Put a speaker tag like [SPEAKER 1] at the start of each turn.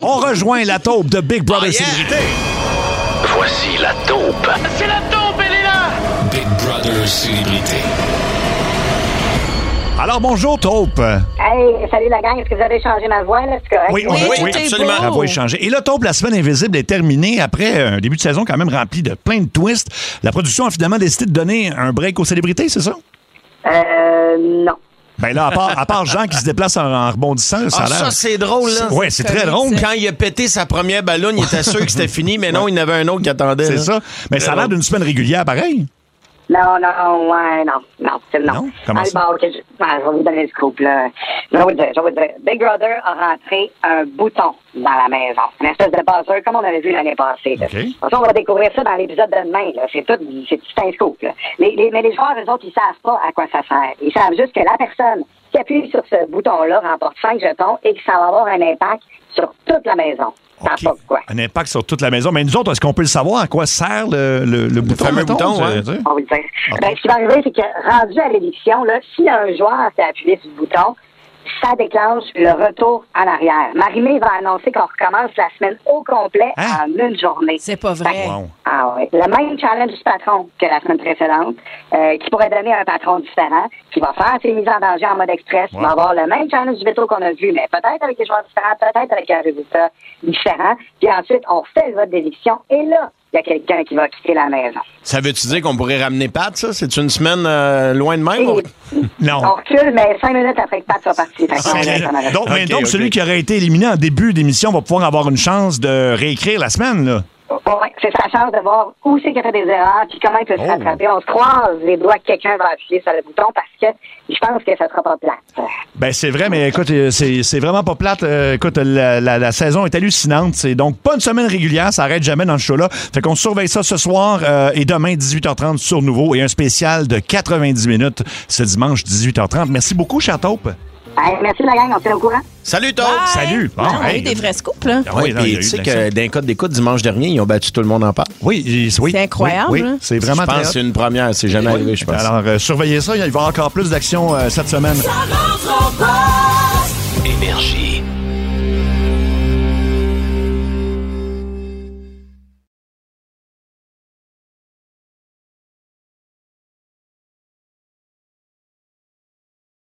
[SPEAKER 1] On rejoint la taupe de Big
[SPEAKER 2] Ah,
[SPEAKER 1] Brother Célébrité.
[SPEAKER 3] Voici la taupe.
[SPEAKER 4] C'est la taupe, elle est là!
[SPEAKER 3] Big Brother Célébrité.
[SPEAKER 1] Alors bonjour taupe.
[SPEAKER 2] Oh.
[SPEAKER 5] Hey, salut la gang, est-ce que vous avez changé ma voix, là? C'est correct?
[SPEAKER 1] on
[SPEAKER 2] Oui,
[SPEAKER 1] a-
[SPEAKER 2] tout est
[SPEAKER 1] absolument.
[SPEAKER 2] beau.
[SPEAKER 1] La voix est changée. Et là, taupe, la semaine invisible est terminée après un début de saison quand même rempli de plein de twists. La production a finalement décidé de donner un break aux célébrités, c'est ça?
[SPEAKER 5] Euh, non.
[SPEAKER 1] Ben là, à part, à part Jean qui se déplace en, en rebondissant, ça
[SPEAKER 2] Ah,
[SPEAKER 1] a l'air.
[SPEAKER 2] ça, c'est drôle, là.
[SPEAKER 1] Ouais, c'est très drôle.
[SPEAKER 2] Quand il a pété sa première ballonne, il était sûr que c'était fini, mais non, il y en avait un autre qui attendait.
[SPEAKER 1] C'est ça.
[SPEAKER 2] là.
[SPEAKER 1] Mais ça a l'air d'une semaine régulière, pareil.
[SPEAKER 5] Non, non, ouais, non, non, c'est le non.
[SPEAKER 1] Non? Comment
[SPEAKER 5] Ah,
[SPEAKER 1] ça?
[SPEAKER 5] bon, ok, je... ah, je vais vous donner le scoop, là. Je vais vous le dire, je vais vous le dire. Big Brother a rentré un bouton dans la maison. Une espèce de buzzer, comme on avait vu l'année passée. là.
[SPEAKER 1] Ok.
[SPEAKER 5] De toute façon, on va découvrir ça dans l'épisode de demain, là. C'est tout, c'est tout un scoop, là. Les, les- mais les joueurs, eux autres, ils savent pas à quoi ça sert. Ils savent juste que la personne qui appuie sur ce bouton-là remporte 5 jetons et que ça va avoir un impact sur toute la maison. Ça
[SPEAKER 1] OK.
[SPEAKER 5] pas quoi.
[SPEAKER 1] Un impact sur toute la maison. Mais nous autres, est-ce qu'on peut le savoir à quoi sert le, le, le bouton?
[SPEAKER 2] fameux
[SPEAKER 1] mettons,
[SPEAKER 2] bouton,
[SPEAKER 1] je-
[SPEAKER 2] ouais.
[SPEAKER 1] tu sais?
[SPEAKER 5] on va le dire.
[SPEAKER 1] Ah.
[SPEAKER 5] Ben, ce qui va arriver, c'est que rendu à l'édition, là, si un joueur s'est appuyé sur le bouton, ça déclenche le retour en arrière. Marimé va annoncer qu'on recommence la semaine au complet
[SPEAKER 1] Hein?
[SPEAKER 5] en une journée.
[SPEAKER 2] C'est pas vrai.
[SPEAKER 5] Fait que-
[SPEAKER 1] Wow.
[SPEAKER 5] Ah ouais. Le même challenge du patron que la semaine précédente, euh, qui pourrait donner un patron différent, qui va faire ses mises en danger en mode express, qui
[SPEAKER 1] Wow.
[SPEAKER 5] va avoir le même challenge du veto qu'on a vu, mais peut-être avec des joueurs différents, peut-être avec un résultat différent. Puis ensuite, on fait le vote d'éviction et là, il y a quelqu'un qui va quitter la maison.
[SPEAKER 2] Ça veut-tu dire qu'on pourrait ramener Pat, ça? C'est une semaine euh, loin de même?
[SPEAKER 5] Et-
[SPEAKER 1] Non.
[SPEAKER 5] On recule, mais cinq minutes après que Pat soit parti. Fait que on
[SPEAKER 1] Ok.
[SPEAKER 5] reste en arrière.
[SPEAKER 1] Donc, mais
[SPEAKER 2] Ok,
[SPEAKER 1] donc
[SPEAKER 2] ok.
[SPEAKER 1] celui qui aurait été éliminé en début d'émission va pouvoir avoir une chance de réécrire la semaine, là.
[SPEAKER 5] Ouais, c'est sa chance de voir où c'est qu'il a fait des erreurs, puis comment il peut se
[SPEAKER 1] Oh.
[SPEAKER 5] rattraper. On se croise les doigts que quelqu'un va appuyer sur le bouton parce que je pense que ça sera pas plate.
[SPEAKER 1] Ben c'est vrai, mais écoute, euh, c'est c'est vraiment pas plate. Euh, écoute, la, la- la saison est hallucinante. C'est donc pas une semaine régulière, ça arrête jamais dans ce show-là. Fait qu'on surveille ça ce soir euh, et demain 18h30 sur Nouveau et un spécial de 90 minutes ce dimanche 18h30. Merci beaucoup, Chataupe.
[SPEAKER 5] Hey, merci la gang, on se tient au courant.
[SPEAKER 2] Salut, Todd!
[SPEAKER 1] Bye. Oh, Salut. Bon,
[SPEAKER 2] Ah,
[SPEAKER 1] hey.
[SPEAKER 2] oui.
[SPEAKER 1] oui.
[SPEAKER 6] des vrais scoops, là.
[SPEAKER 2] Ah
[SPEAKER 1] non,
[SPEAKER 2] oui,
[SPEAKER 1] il y a
[SPEAKER 2] puis
[SPEAKER 1] eu
[SPEAKER 2] tu sais
[SPEAKER 1] de
[SPEAKER 2] que d'un code d'écoute, dimanche dernier, ils ont battu tout le monde en Pat.
[SPEAKER 1] Oui, il- oui.
[SPEAKER 6] C'est incroyable,
[SPEAKER 1] Oui, oui.
[SPEAKER 6] hein?
[SPEAKER 1] C'est
[SPEAKER 2] Je
[SPEAKER 1] vraiment
[SPEAKER 2] pense
[SPEAKER 1] très
[SPEAKER 2] que
[SPEAKER 1] hot.
[SPEAKER 2] c'est une première. C'est jamais arrivé, je pense.
[SPEAKER 1] Alors, euh, surveillez ça. Il va y avoir encore plus d'actions euh, cette semaine.
[SPEAKER 3] Énergie.